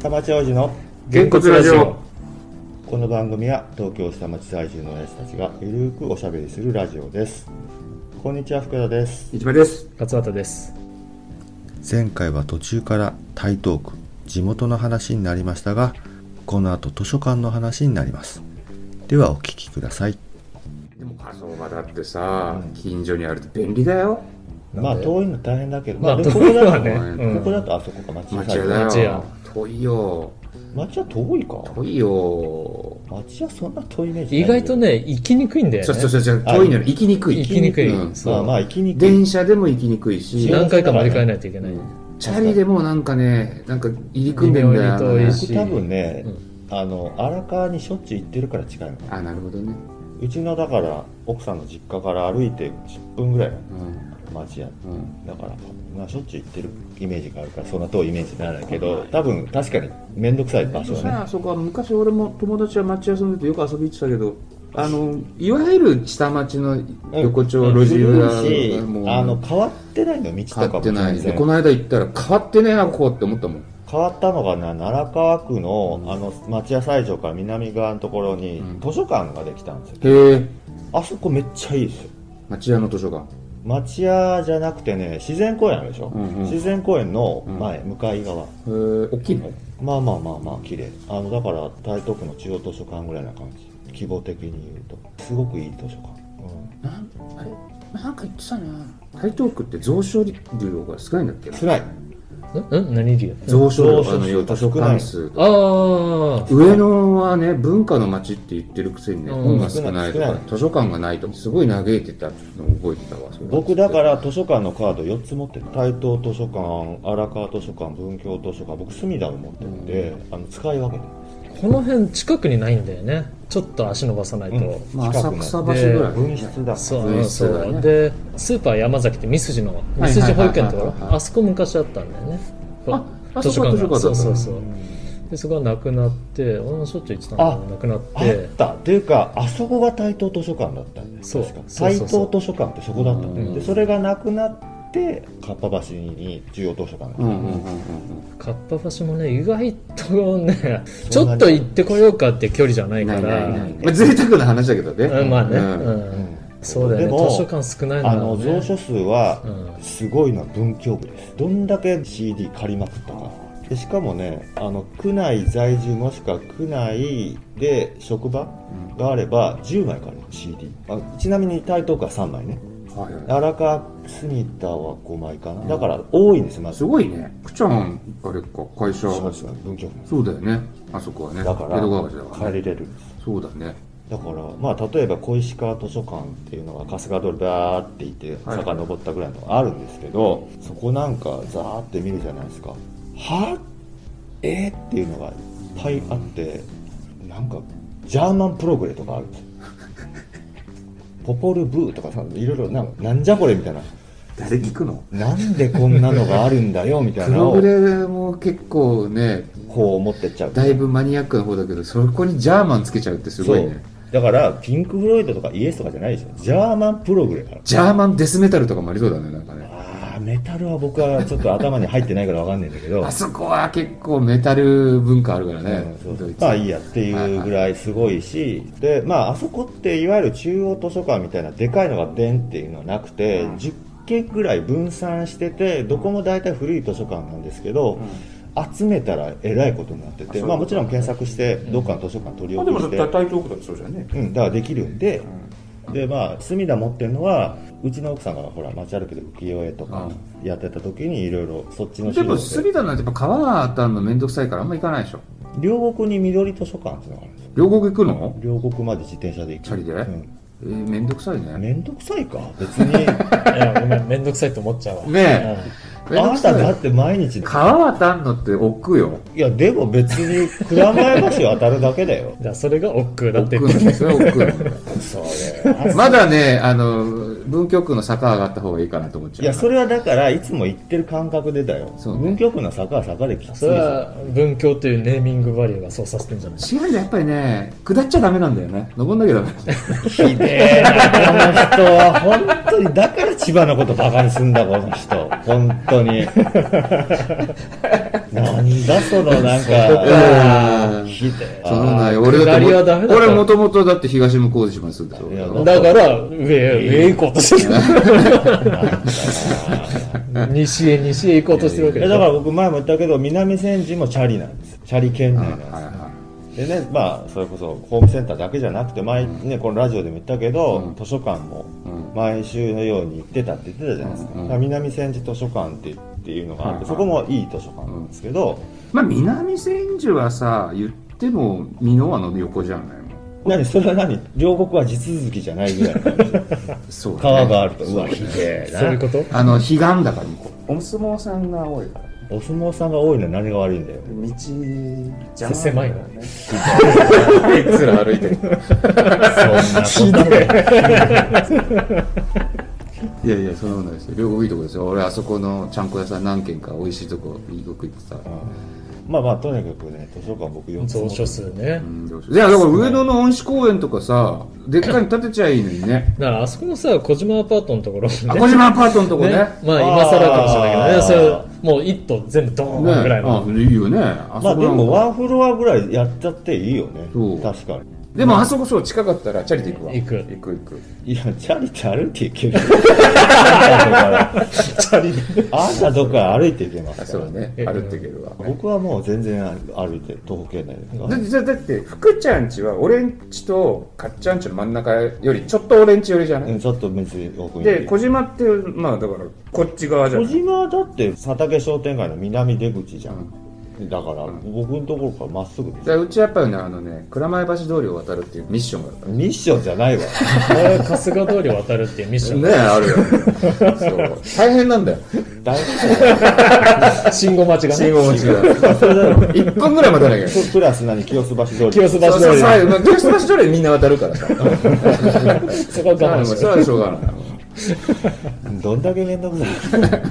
下町王子のげんこつラジオこの番組は東京下町在住の親父たちがゆるーくおしゃべりするラジオですこんにちは福田です一番です勝俣です前回は途中から台東区地元の話になりましたがこの後図書館の話になりますではお聞きくださいでも仮想場だってさ、近所にあると便利だよまあ遠いの大変だけど、まあでも遠いのはここだとね、うんここだとあそこか町町屋だよ町屋遠いよ町は遠いか遠いよ町はそんな遠いイメージ意外とね行きにくいんだよそねうそうそうそうあ遠いのに行きにくい行きにくい、うんまそあう、まあ行きにくい電車でも行きにくいし何回か乗り換えないといけない、チャリでもなんかねなんか入り組んでんだよ微妙に遠いし僕多分ね、あの荒川にしょっちゅう行ってるから近いのかなあなるほどね、うちのだから奥さんの実家から歩いて10分ぐらいのうん町やうん、だから、まあ、しょっちゅう行ってるイメージがあるからそんな遠いイメージにならないけど多分確かに面倒くさい場所ださねあそこは昔俺も友達は町屋遊んでてよく遊び行ってたけどあのいわゆる下町の横丁路地古裏いしあのも変わってないの道変とかわっもてない全で然この間行ったら変わってねえなここって思ったもん変わったのがな奈良川区のあの町屋西条から南側のところにうん図書館ができたんですよへえあそこめっちゃいいですよ町屋の図書館町屋じゃなくてね自然公園あるでしょ、うんうん自然公園の前、向かい側へえ大きいのまあまあまあまあ綺麗あのだから台東区の中央図書館ぐらいな感じ規模的に言うとすごくいい図書館、なんあれなんか言ってたな台東区って蔵書量が少ないんだっけう、なん辛いんん何理由蔵書量蔵書あの要は図書館数とかああ上野はね文化の街って言ってるくせにねうん本が少ないと少かない図書館がないとかすごい嘆いてたのを覚えてたわそれ僕だから図書館のカード4つ持ってる台東図書館荒川図書館文京図書館僕隅田も持ってるんで、あの使い分けてこの辺近くにないんだよねちょっと足伸ばさないと、うんまあ近浅くの草橋ぐらい分室だそう分室そだねうでスーパー山崎って三筋の三筋保育園とはいはいはいはいかあそこ昔あったんだよねああ図書館がそそこは図書館だったうそうそうでそこがなくなって俺もしょっちゅう行ってたんだけどなくなっあてったっていうかあそこが台東図書館だったんですそう確かそう台そうそう東図書館ってそこだったんだようんでそれがなくなってかっぱ橋に中央図書館がうんうんうんうんかっぱ橋もね意外とねちょっと行ってこようかって距離じゃなうんいなかいないらないまあ贅沢な話だけどねうんまあね、うんうんそうだでよねも図書館少ないのあはねの蔵書数はうんすごいのは文京区ですどんだけ CD 借りまくったかでしかもねあの区内在住もしくは区内で職場があれば10枚借りる CD あちなみに台東区は3枚ねはいはい荒川隅田は5枚かなだから多いんですまずすごいねくちゃんあれか会社そうですね文京区そうだよねあそこはね江だ戸から川橋だから借ねりれるそうだねだからまあ例えば小石川図書館っていうのが春日通りバーって行ってはい坂登ったぐらいのがあるんですけど、そこなんかザーって見るじゃないですかはえー、っていうのがいっぱいあってなんかジャーマンプログレとかあるんです よポポルブーとかさいろいろなんかなんじゃこれみたいな誰聞くのなんでこんなのがあるんだよみたいプなのロをグレも結構ねこう持ってっちゃうだいぶマニアックな方だけどそこにジャーマンつけちゃうってすごいねそうだからピンク・フロイドとかイエスとかじゃないですよジャーマンプログレからジャーマンデスメタルとかもありそうだねなんかねあーメタルは僕はちょっと頭に入ってないからわかんないんだけどあそこは結構メタル文化あるからうんねそうドイツまあいいやっていうぐらいすごいし、でまああそこっていわゆる中央図書館みたいなでかいのがでんっていうのはなくて、うん10軒ぐらい分散しててどこも大体古い図書館なんですけど、集めたらえらいことになってて、あそういうことまあ、もちろん検索してどっかの図書館取りまあ寄りして、台東区だってそうじゃねうん、だからできるんで、でまあ隅田持ってるのはうちの奥さんがほら街歩きで浮世絵とかやってた時にいろいろそっちの資でも料で隅田なんてやっぱ川渡るの面倒くさいからあんま行かないでしょ両国に緑図書館っていうのがあるんですよ両国行くの両国まで自転車で行くチャリでうんえー面倒くさいね面倒くさいか別 にいやごめん面倒くさいと思っちゃうわねえ面あな倒くたさいだって毎日川渡るのって億劫よいやでも別に蔵前橋を当たるだけだようんだからそれが億劫だっ億て劫言ってなんですよ億劫なんだよそれまだねあの文京区の坂上がった方がいいかなと思っちゃういやそれはだからいつも行ってる感覚でだよ、そうね文京区の坂は坂できついそれは文教というネーミングバリューがそうさせてんじゃない違うんだやっぱりね下っちゃダメなんだよね登んなきゃダメなんだよひでえな、この人は。本当に、だから千葉のことバカにすんだこの人本当 になんだそのなんかかひでそんなあんー俺だ下ってりはダメだから俺もともとだって東向こうでしますんだよいやだから、上、上行こうとしてる。西へ西へ行こうとしてるわけえでしょだから僕前も言ったけど南千住もチャリなんですチャリ圏内なんです、はいはでねまあそれこそホームセンターだけじゃなくて前ねこのラジオでも言ったけど、うん図書館もうん毎週のように行ってたって言ってたじゃないですか,、うんうん南千住図書館ってっていうのがあって、うんそこもいい図書館なんですけど、まあ南千住はさ言っても箕輪の横じゃないもん何それは何両国は地続きじゃないぐらいの感じ そうだね川があるとそううわひでえそういうなことあの彼岸だから向こうお相撲さんが多いからお相撲さんが多いのは何が悪いんだよ道邪魔狭いなのんだよね あいつら歩いてるそんなこといやいやそんなことないですよ両国いいとこですよ俺あそこのちゃんこ屋さん何軒か美味しいとこいいとこ行ってたうんまあまあとにかくね図書館僕4つ蔵書数ねう。んどうしよういやだから上野の恩賜公園とかさでっかいの建てちゃいいのにねだから、あそこのさ、小島アパートのところあも小ね。島アパートのとこねねまあ、今更かもしれないけどあね。ーそれ、もう一棟全部ドーンねぐらいの。あいいよねあまあそこでなんかもワンフロアぐらいやっちゃっていいよねそう確かにでもあそこそう近かったらチャリで行くわ行く行く行くいや、チャリって歩いていける。 チャリあんたどこから歩いていけますそからうねえ歩いていけるわだ僕はもう全然歩いて、東北圏内ですからってだって福ちゃんちは俺んちとかっちゃんちの真ん中よりちょっと俺んち寄りじゃなういんちょっと別に奥に。で小島ってまあだからこっち側じゃ小ん島はだって佐竹商店街の南出口じゃん。だから、僕のところからまっすぐです。でうちやっぱりねあのね蔵前橋通りを渡るっていうミッションがあるからミッションじゃ ないわ。俺、春日通り渡るっていうミッションねえあるよそう大変なんだよ大丈信号待ちが信ね。号待ちが1分ぐらい待たなきゃいけ ない夫。プラス何清洲橋通り。清洲橋そうそう通最後まあゲストバス通りみんな渡るからさり。そこはそ我慢しれはしょうがないどんだけ面倒くさい。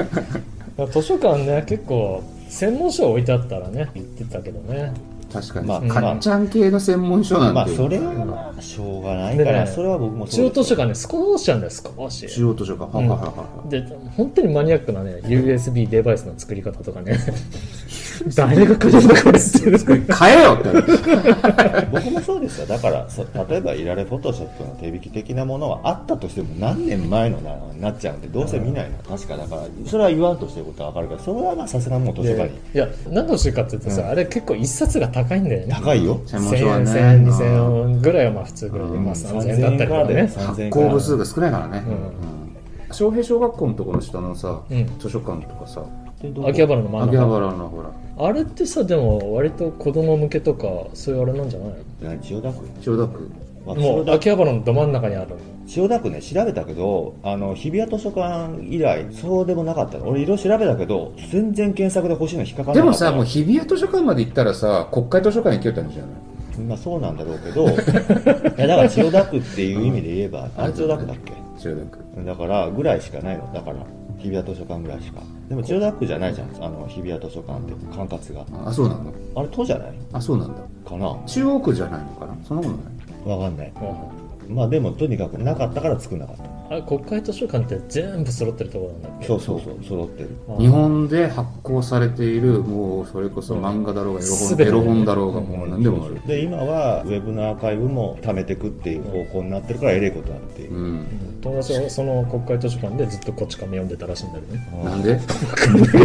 ろ図書館ね、結構、専門書置いてあったらね、行ってたけどね。確かに、まあかっちゃん系の専門書なんて、まあ、それはまあ、しょうがないかでら、ねそれは僕も中そう央です図書館ね、少しなんだよ、少し。中央図書館ははははで本当にマニアックなね USB デバイスの作り方とかね誰が金のかですってる買えよって話僕もそうですよだからそ例えばいられフォトショップの手引き的なものはあったとしても何年前のななっちゃうんでどうせ見ないの確かだからそれは言わんとしてることは分かるけどそれはまあさすがにもう図書館にいや何のしいかって言うとさ、あれ結構一冊が高いんだよね高いよ専門1000書は円ね1000円2000円ぐらいはまあ普通ぐらいで、うんまあ、3000 3000円だったりとかでね発3000行部か数が少ないからね、うん昌平小学校のところの下のさ、うん図書館とかさでどこ秋葉原の真ん秋葉中原のほらあれってさでも割と子供向けとかそういうあれなんじゃない何千代田区、千代田区まあ、千も代う田区秋葉原のど真ん中にある千代田区ね調べたけどあの日比谷図書館以来そうでもなかったの俺色々調べたけど全然検索で欲しいの引っかかんでなかもったさもう日比谷図書館まで行ったらさ国会図書館行けたんじゃないまあそうなんだろうけどいやだから千代田区っていう意味で言えば、あれ千代田区だっけ千代田区だからぐらいしかないのだから日比谷図書館ぐらいしかでも千代田区じゃないじゃんあの日比谷図書館って管轄があそうなんだあれ都じゃないあそうなんだかなわ中央区じゃないのかなそんなことないかんないの、まあでもとにかくなかったから作んなかったあれ国会図書館って全部揃ってるところなんだっけそうそうそう揃ってるあー日本で発行されているもうそれこそ漫画だろうがエロ全本,、てエロ本だろうがもう何でもあるで今はウェブのアーカイブも貯めてくっていう方向になってるからえれいことになっていうる、ん友達はその国会図書館でずっとこっち亀読んでたらしいんだけどねなんで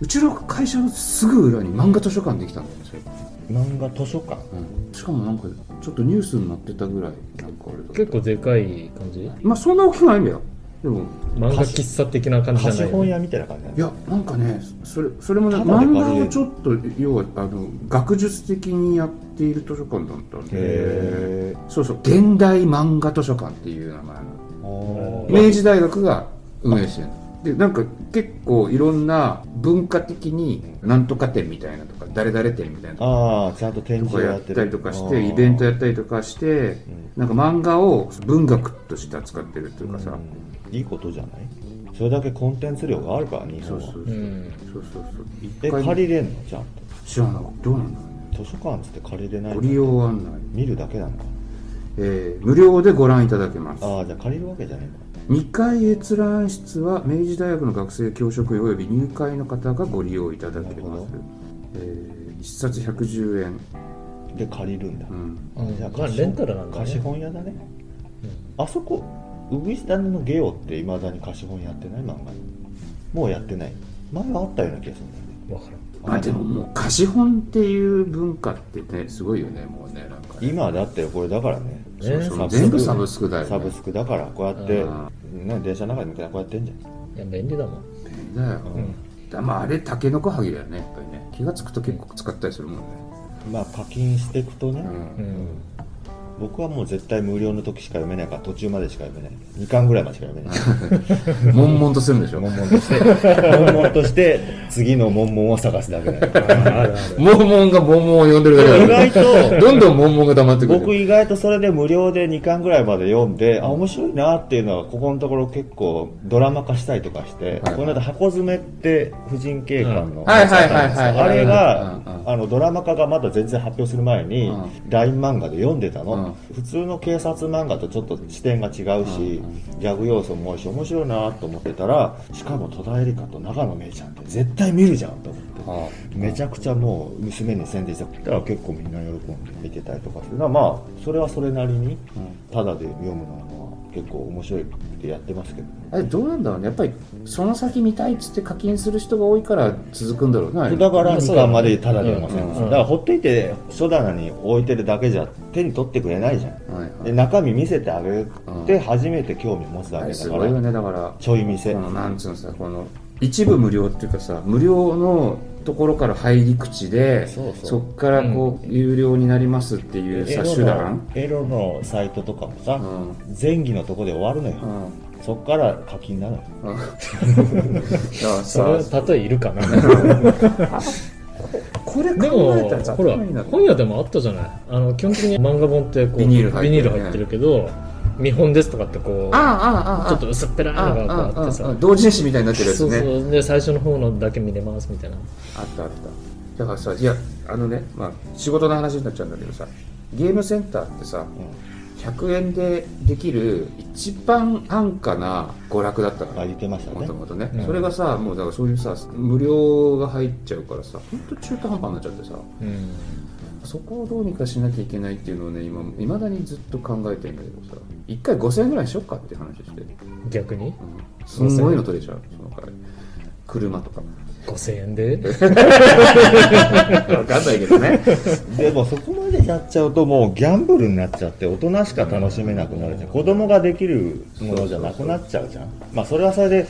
うちの会社のすぐ裏に漫画図書館できたんですよ、漫画図書館うん、しかもなんかちょっとニュースになってたぐらいなんか俺結構でかい感じまあそんな大きくないんだよでも漫画喫茶的な感じじゃ貸ない本屋みたいな感じいなのやなんかねそれそれもねただで借漫りれる画をちょっと要はあの学術的にやっている図書館だったんでへそうそう現代漫画図書館っていう名前のー明治大学が運営してるのでなんか結構いろんな文化的になんとか展みたいなとか誰々展みたいなああちゃんと展と示かをややっってるたりとかしてイベントやったりとかしてんなんか漫画を文学として扱ってるというかさうんいいことじゃないそれだけコンテンツ量があるから日本そはうそうそううそんうそうそうえ一回借もりれんのちゃん知らないどうなんだろと図書館つって借りれないうのねご利用案内見るだけなのかえー無料でご覧いただけますああじゃあ借りるわけじゃないの2階閲覧室は明治大学の学生教職員及び入会の方がご利用いただけなるまほすど、えー、1冊110円、で借りるんだ、うん、うんじゃあまあ貸しレンタルなんだね貸本屋だね、あそこウス谷のゲオっていまだに貸本やってない漫画もうやってない前はあったような気がするんだよねわからんあでももう貸本っていう文化ってねすごいよねもうねなんかね今だってこれだからねそうそう全部サブスクだよねサブスクだからこうやってあ、ね、電車の中でみたいなこうやってんじゃん、いや便利だもんだよ、うんだまああれタケノコハギだよねやっぱりね気がつくと結構使ったりするもんね、まあ課金していくとね、うんうん僕はもう絶対無料の時しか読めないから途中までしか読めない2巻ぐらいまでしか読めない悶々とするんでしょ悶々と して悶々として次の悶々を探すだけ だよあるあるある悶々が悶々を呼んでるだけだ意外とどんどん悶々が溜まってくる僕意外とそれで無料で2巻ぐらいまで読んで、あ面白いなっていうのはここのところ結構ドラマ化したりとかして、はいこの間箱詰めって婦人警官のんはいはいあったんですよはいはいあれが、うんうんあのドラマ化がまだ全然発表する前に、う LINE 漫画で読んでたの、普通の警察漫画とちょっと視点が違うし、ギャグ要素も多いし面白いなと思ってたらしかも戸田恵梨香と永野芽郁ちゃんって絶対見るじゃんと思って。はめちゃくちゃもう娘に宣伝してたら結構みんな喜んで見てたりとかするのはまあそれはそれなりにただで読むのは結構面白いってやってますけどねあれどうなんだろうねやっぱりその先見たいっつって課金する人が多いから続くんだろうな、だから2そうだね巻までただで読ませるんですようんだからほっといて書棚に置いてるだけじゃ手に取ってくれないじゃんはいで中身見せてあげうて初めて興味持つだあけれだすかごいよらねだからちょい見せこのなんつうのさこの一部無料っていうかさ無料のところから入り口でそうそうっからこう、有料になりますっていうエさロ手の段エロのサイトとかもうさん前儀のとこで終わるのうよんそっから課金なのようんだからそれさは例えいるかなこれで考えもたらさほら頭いいな本屋でもあったじゃないあの基本的に漫画本ってこうビニール入ってるね入ってるけど見本ですとかってこあうああああちょっと薄っぺらいのがこうあってああああさ同人誌みたいになってるやつそうねそうで最初の方のだけ見れますみたいなあったあっただからさいやあのね、まあ、仕事の話になっちゃうんだけどさゲームセンターってさ100円でできる一番安価な娯楽だったかあら言ってましたもねともとね、うんそれがさもうだからそういうさ無料が入っちゃうからさほんと中途半端になっちゃってさうんそこをどうにかしなきゃいけないっていうのをね今いまだにずっと考えてんだけどさ1回5000円ぐらいにしよっかっていう話して、逆にうん、すんごいの取れちゃうその代わり車とか 5000円でわかんないけどねでもそこまでやっちゃうともうギャンブルになっちゃって大人しか楽しめなくなるじゃん子供ができるものじゃなくなっちゃうじゃんまあそれはそれで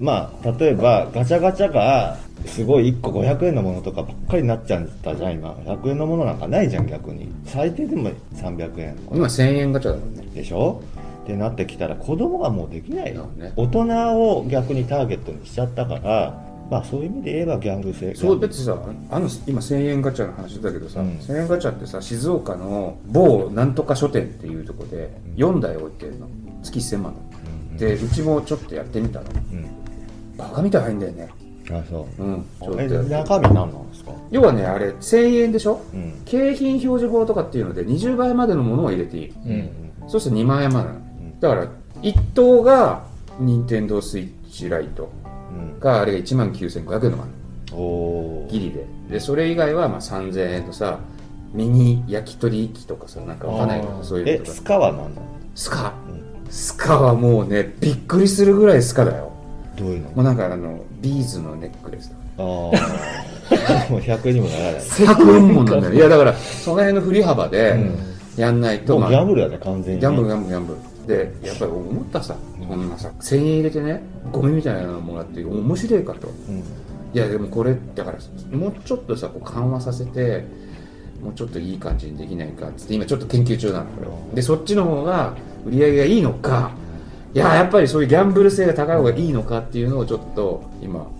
まあ例えばガチャガチャがすごい1個500円のものとかばっかりになっちゃったじゃん今100円のものなんかないじゃん逆に最低でも300円今1000円ガチャだもんねでしょってなってきたら子供がもうできないよ、ね大人を逆にターゲットにしちゃったからまあそういう意味で言えばギャンブル性そうだってさあの今1000円ガチャの話だけどさ、うん1000円ガチャってさ静岡の某なんとか書店っていうとこで4台置いてるの月1000万の、でうちもちょっとやってみたのうんバカみたい入んだよねあそううんちょっとえやって中身何なんですか要はねあれ1000円でしょうん景品表示法とかっていうので20倍までのものを入れていいうんそうすると2万円までなのんだから1等が任天堂スイッチライトうんがあれが1万9500円のもあるおおギリででそれ以外はまあ3000円とさミニ焼き鳥機とかさなんかわかんないけあどーそういうえのとかスカは何なのスカうんスカはもうねびっくりするぐらいスカだよどういうのもうなんかあのビーズのネックレスとかああ もう100円にもならない100円もなんだよいやだからその辺の振り幅でやんないと、もまうあギャンブルだね完全にギャンブルギャンブルギャンブルでやっぱり思ったさこんなさ1000円入れてねゴミみたいなのもらって面白いかとうんいやでもこれだからもうちょっとさこう緩和させてもうちょっといい感じにできないかっつって今ちょっと研究中なのこれをでそっちの方が売り上げがいいのかいややっぱりそういうギャンブル性が高い方がいいのかっていうのをちょっと今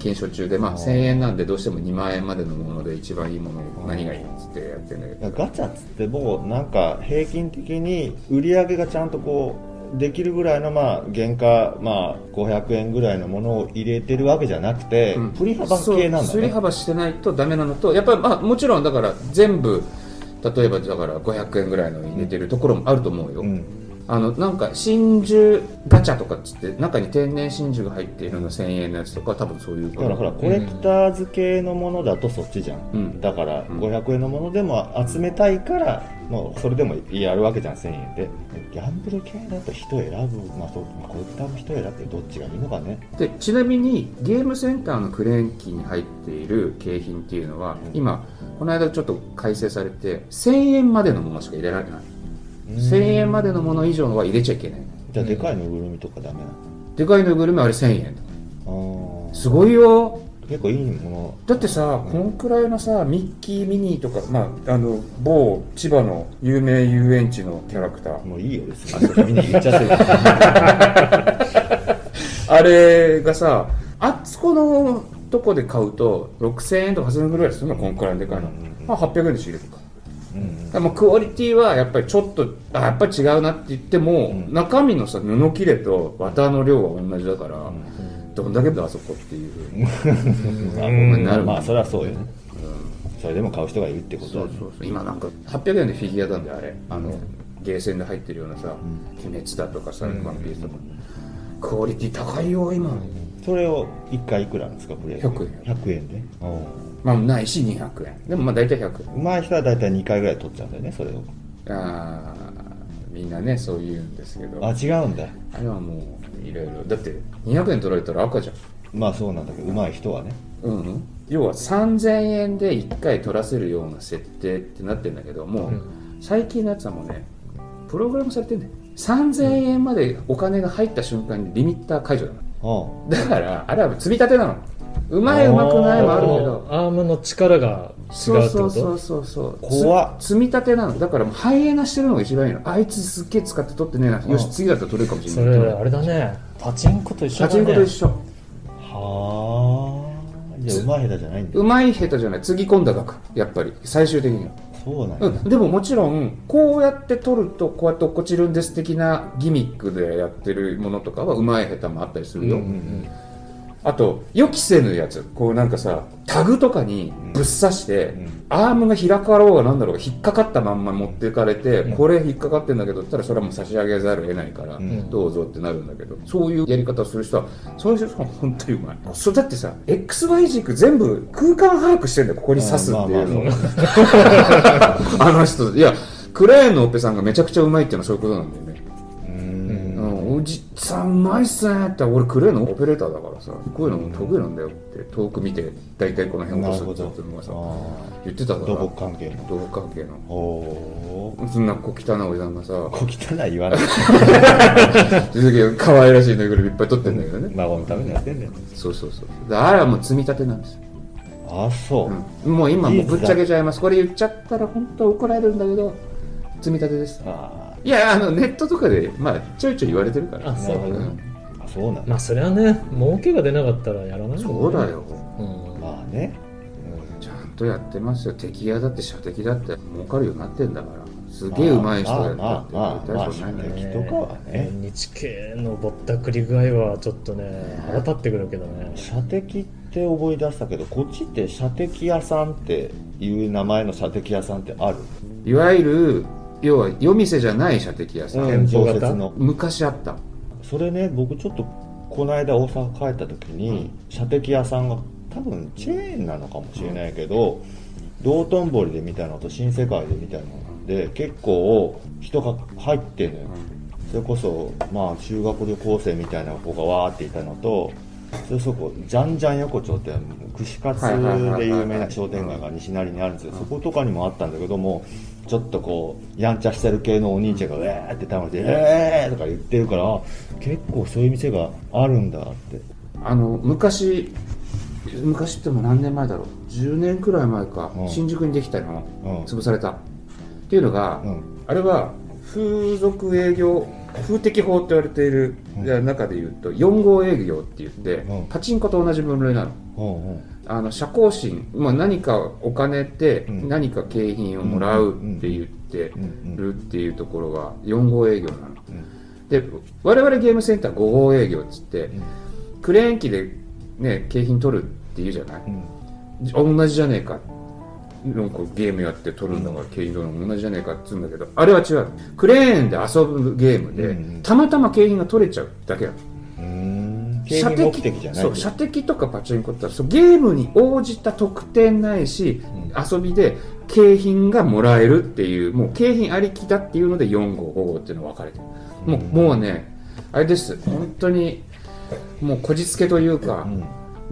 検証中でまあ1000円なんでどうしても2万円までのもので一番いいもの何がいいっつってやってんだけいどやガチャっつってもうなんか平均的に売り上げがちゃんとこうできるぐらいのまあ原価まあ500円ぐらいのものを入れてるわけじゃなくて、うん振り幅系なんだそう振りね幅してないとダメなのとやっぱり、まあ、もちろんだから全部例えばだから500円ぐらいの入れてるところもあると思うよ、うんあのなんか真珠ガチャとかっつって中に天然真珠が入っているの1000円のやつとか多分そういうだからほらコレクターズ系のものだとそっちじゃん、うんだからうん500円のものでも集めたいから、もうそれでもやるわけじゃん1000円でギャンブル系だと人選ぶ、まあ、そうまあコレクターも人選ぶどっちがいいのかねでちなみにゲームセンターのクレーン機に入っている景品っていうのは今この間ちょっと改正されて1000円までのものしか入れられない1000円までのもの以上のは入れちゃいけないじゃあでかいぬいぐるみとかダメなでかいぬいぐるみはあれ1000円の、あすごいよー結構いいもだってさこのくらいのさミッキーミニーとか、まあ、あの某千葉の有名遊園地のキャラクタのーもういいよですよみんな言っちゃって るあれがさあそこのとこで買うと6000円とか8000円ぐらいするのこんくらいのでかいの、うんうんうんまあ、800円で仕入れるかうんうんだからもうクオリティはやっぱりちょっとあやっぱり違うなって言っても、うん中身のさ布切れと綿の量は同じだから、うんどんだけだあそこっていう、まあうんまあまあそれはそうよね、それでも買う人がいるってことだそうそうそう今なんか800円でフィギュアなんであれあの、ゲーセンで入ってるようなさ「鬼滅」だとかさ「んワンピース」とか、クオリティ高いよ今、それを1回いくらなんですかプレイ100円100円でおうまあないし200円でもまあ大体100円上手い人は大体2回ぐらい取っちゃうんだよねそれをあーみんなねそう言うんですけどああ違うんだれはもういろいろだって200円取られたら赤じゃんまあそうなんだけど上手い人はねうんうん、要は3000円で1回取らせるような設定ってなってるんだけども、う最近のやつはもうねプログラムされてんだよ3000円までお金が入った瞬間にリミッター解除だなおだからあれは積み立てなのうまいうまくないもあるけどアームの力が違そううってそこうそとうそうそう怖っつ積み立てなのだからもうハイエナしてるのが一番いいのあいつすっげえ使って取ってねえなうんよし次だったら取れるかもしそれなれいあれだねパチンコと一緒パだチねンコと一緒うはあじゃあ上手い下手じゃないんだうまい下手じゃないつぎ込んだ額やっぱり最終的にはそうなんうやん、でももちろんこうやって取るとこうやって落っこちるんです的なギミックでやってるものとかはうまい下手もあったりするよ、うんうんあと予期せぬやつこうなんかさタグとかにぶっ刺して、んアームが開かろうがなんだろうが引っかかったまんま持ってかれて、これ引っかかってんだけどって言ったらそれはもう差し上げざるを得ないから、んどうぞってなるんだけどそういうやり方をする人はそういう人は本当にうまいそうだってさ XY 軸全部空間把握してんだよここに刺すっていうのを、うんまあまあそう あの人、いや、クレーンのオペさんがめちゃくちゃうまいっていうのはそういうことなんだよね。ううんん、おじさんうまいっすねって、俺クレーンのオペレーターだからさ、こういうの得意なんだよって、遠く見て、大体この辺な落るとすほってどいうのがさ、あ言ってたかあら、土木関係の土木関係の。おおーそんな小汚いおじさんがさ、小汚い言 わないすげえ可愛らしいぬいぐるみいっぱい撮ってんだけどね。孫のためにやってんだよそうそうそう。だからあれはもう積み立てなんですよ。あそう、うん、もう今もうぶっちゃけちゃいます。これ言っちゃったら本当怒られるんだけど、積み立てです。あいや、あの、ネットとかで、まあ、ちょいちょい言われてるから。ああそなるほうどだねねあそうなんだまあそれはね儲けが出なかったらやらないもんねそうだよ。うんまあね、ちゃんとやってますよ。敵屋だって射的だって儲かるようになってんだから。すげえ上手い人やっまあまたってあまあまあ絶対そうないんだよまあ敵とかはね日系のぼったくり具合はちょっとね腹立ってくるけどね射的って思い出したけどこっちって射的屋さんっていう名前の射的屋さんってあるいわゆる、要は夜店じゃない射的屋さん。店舗型常設の昔あった。それね僕ちょっとこの間大阪帰った時に、射的屋さんが多分チェーンなのかもしれないけど、道頓堀で見たのと新世界で見たので結構人が入ってんのよ、それこそまあ修学旅行生みたいな子がわーっていたのとそれそこジャンジャン横丁って串カツで有名な商店街が西成にあるんですよそことかにもあったんだけどもちょっとこうやんちゃしてる系のお兄ちゃんが「えー!」ってたまて「えー!」とか言ってるからあ結構そういう店があるんだってあの、昔、昔ってもう何年前だろう。10年くらい前か。うん新宿にできたの。うん潰された。っていうのが、うんあれは風俗営業風的法って言われているうん中で言うと4号営業って言ってうんパチンコと同じ分類なのうんうんあの社交心、まあ、何かお金でうん何か景品をもらうって言ってうんうんるっていうところが4号営業なのうんで我々ゲームセンター5号営業っつってんクレーン機で、ね、景品取るって言うじゃないうん同じじゃねえかなんかゲームやって撮るんだから景品と同じじゃねえかっつうんだけどあれは違うクレーンで遊ぶゲームうで、んうんたまたま景品が取れちゃうだけだうーん経営射目的的じゃないそう射的とかパチンコってのはそうゲームに応じた得点ないし、うん遊びで景品がもらえるっていうもう景品ありきだっていうので4号5号っていうのが分かれてるもう,、もうねあれです本当にもうこじつけというか、うん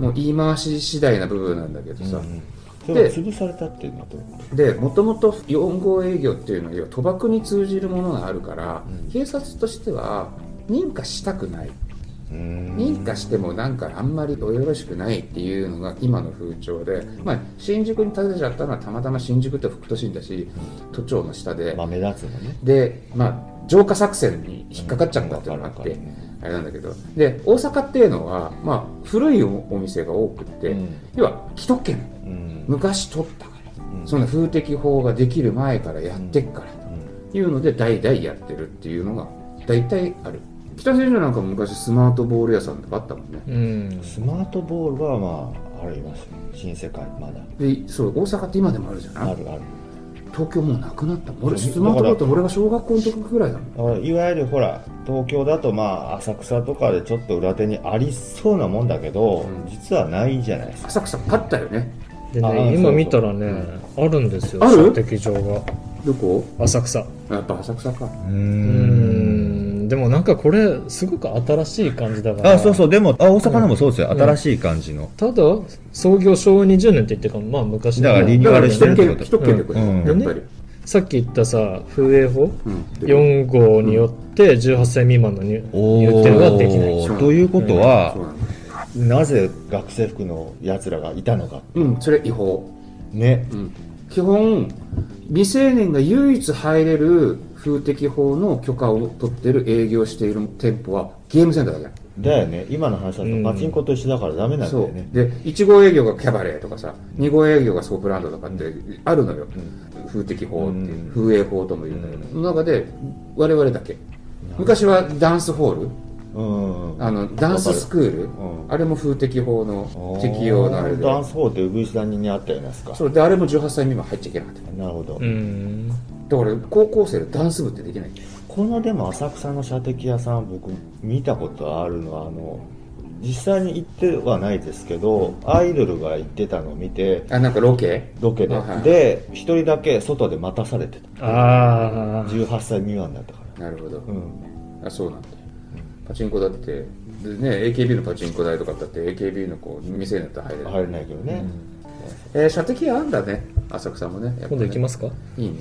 もう言い回し次第な部分なんだけどさ、うんそれが潰されたっていうのはどういうことでもともと4号営業っていうのは要は賭博に通じるものがあるから、うん警察としては認可したくない認可してもなんかあんまりおよろしくないっていうのが今の風潮で、まあ、新宿に建てちゃったのはたまたま新宿って副都心だし都庁の下でまあ目立つのねで、まあ、浄化作戦に引っかかっちゃったっていうのがあって、うんあれなんだけどで大阪っていうのは、まあ、古いおお店が多くって、うん要は既得権うん昔取ったから。うんその風適法ができる前からやってっからうんというので代々やってるっていうのが大体ある北千住なんかも昔スマートボール屋さんとかあったもんねうん。スマートボールはまあありますね新世界まだでそう大阪って今でもあるじゃないあるある東京もうなくなったもん俺そうスマートボールって俺が小学校の時ぐらいだもんだからいわゆるほら東京だとまあ浅草とかでちょっと裏手にありそうなもんだけど、うん実はないじゃないですか浅草あったよねであね、ー今見たらね、あるんですよ、ある射的場が。どこ浅草。やっぱ浅草かううーん。でもなんかこれ、すごく新しい感じだから。うでもあ大阪のもそうですよ、新しい感じのただ、創業昭和20年って言ってるから、まあ昔のだからリニューアルしてるだっかてらこ一と軒一軒でこれ、うんやっぱり、さっき言ったさ、風営法うんで4号によって18歳未満の入お入店はできない。ーということはそう、なんだなぜ学生服のやつらがいたのかうんそれ違法ねうん基本未成年が唯一入れる風適法の許可を取ってる営業している店舗はゲームセンターだけだよね今の話だうんとパチンコと一緒だからダメなんだそようね、で1号営業がキャバレーとかさ2号営業がソープランドとかってあるのよ、風適法っていう、うん風営法ともいうんだけど、うんその中で我々だけ昔はダンスホールうん、あのダンススクール、うんあれも風適法の適用のあれでダンスホールってウグイスダニにあったようなやつかそうであれも18歳未満入っちゃいけなかっなるほど、うん。ただから高校生でダンス部ってできないこのでも浅草の射的屋さん僕見たことあるのはあの実際に行ってはないですけどアイドルが行ってたのを見てあなんかロケロケで、あはいで一人だけ外で待たされてたああ。 18歳未満だったかなるほど、らうんあそうなんだパチンコだってでね AKB のパチンコ台とかだって AKB のこう店になったら入れる、入れないけどね、えー射的あんだね浅草もねやっぱね今度行きますかいいね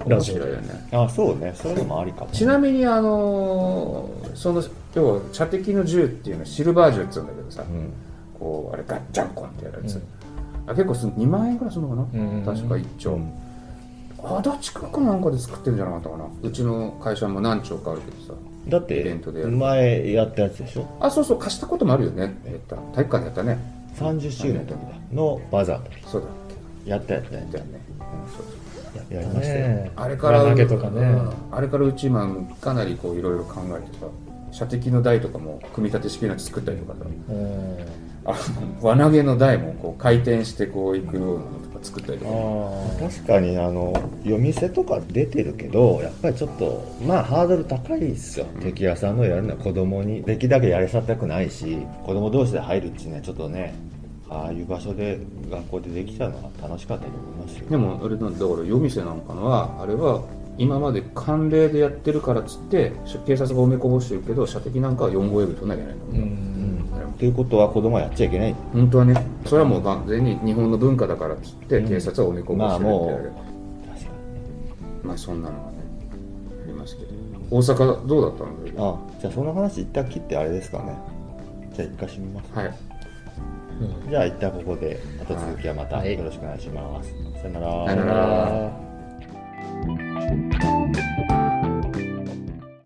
ラ面ジオ白いよねあそうねそれでもありかもちなみにあのーその要は射的の銃っていうのはシルバー銃っつうんだけどさ、うんこうあれガッチャンコンってやるやつ、うんあ結構す2万円ぐらいするのかな、うん確か一丁、うん足立区かなんかで作ってるんじゃなかったかなうちの会社も何丁かあるけどさだっイベてントでやる前やったやつでしょあそうそう貸したこともあるよね、えっと体育館でやったね30周年の時だのバザーとかそうだやったやったやだよね、そうそうったやりましたよ、ねえあれから輪投げとかうね。んあれからうち今かなりこういろいろ考えてさ射的の台とかも組み立て式のやつ作ったりとかさうん。あの輪投げの台もこう回転してこういくようなのとか作ったりとあかあ。確かにあの夜店とか出てるけどやっぱりちょっとまあハードル高いっすよ敵屋さんのやるのは子供にできるだけやれさせたくないし子供同士で入るっちゅうのはちょっとねああいう場所で学校でできちゃうのは楽しかったと思いますよでもあれなんだだから夜店なんかのはあれは今まで慣例でやってるからっつって警察が埋めこぼしてるけど射的なんかは4号エビ取んなきゃいけないんだもんうね、ん。ということは子供はやっちゃいけない本当はねそれはもう完全に日本の文化だからっつって警察は埋めこぼしてるってやれ確ば、かにねまあそんなのがねありますけど大阪どうだったのよあじゃあその話一旦切ってあれですかねじゃあ一回閉めますはいじゃあ一旦ここで後続きはまたはいよろしくお願いします、さよなさよならあー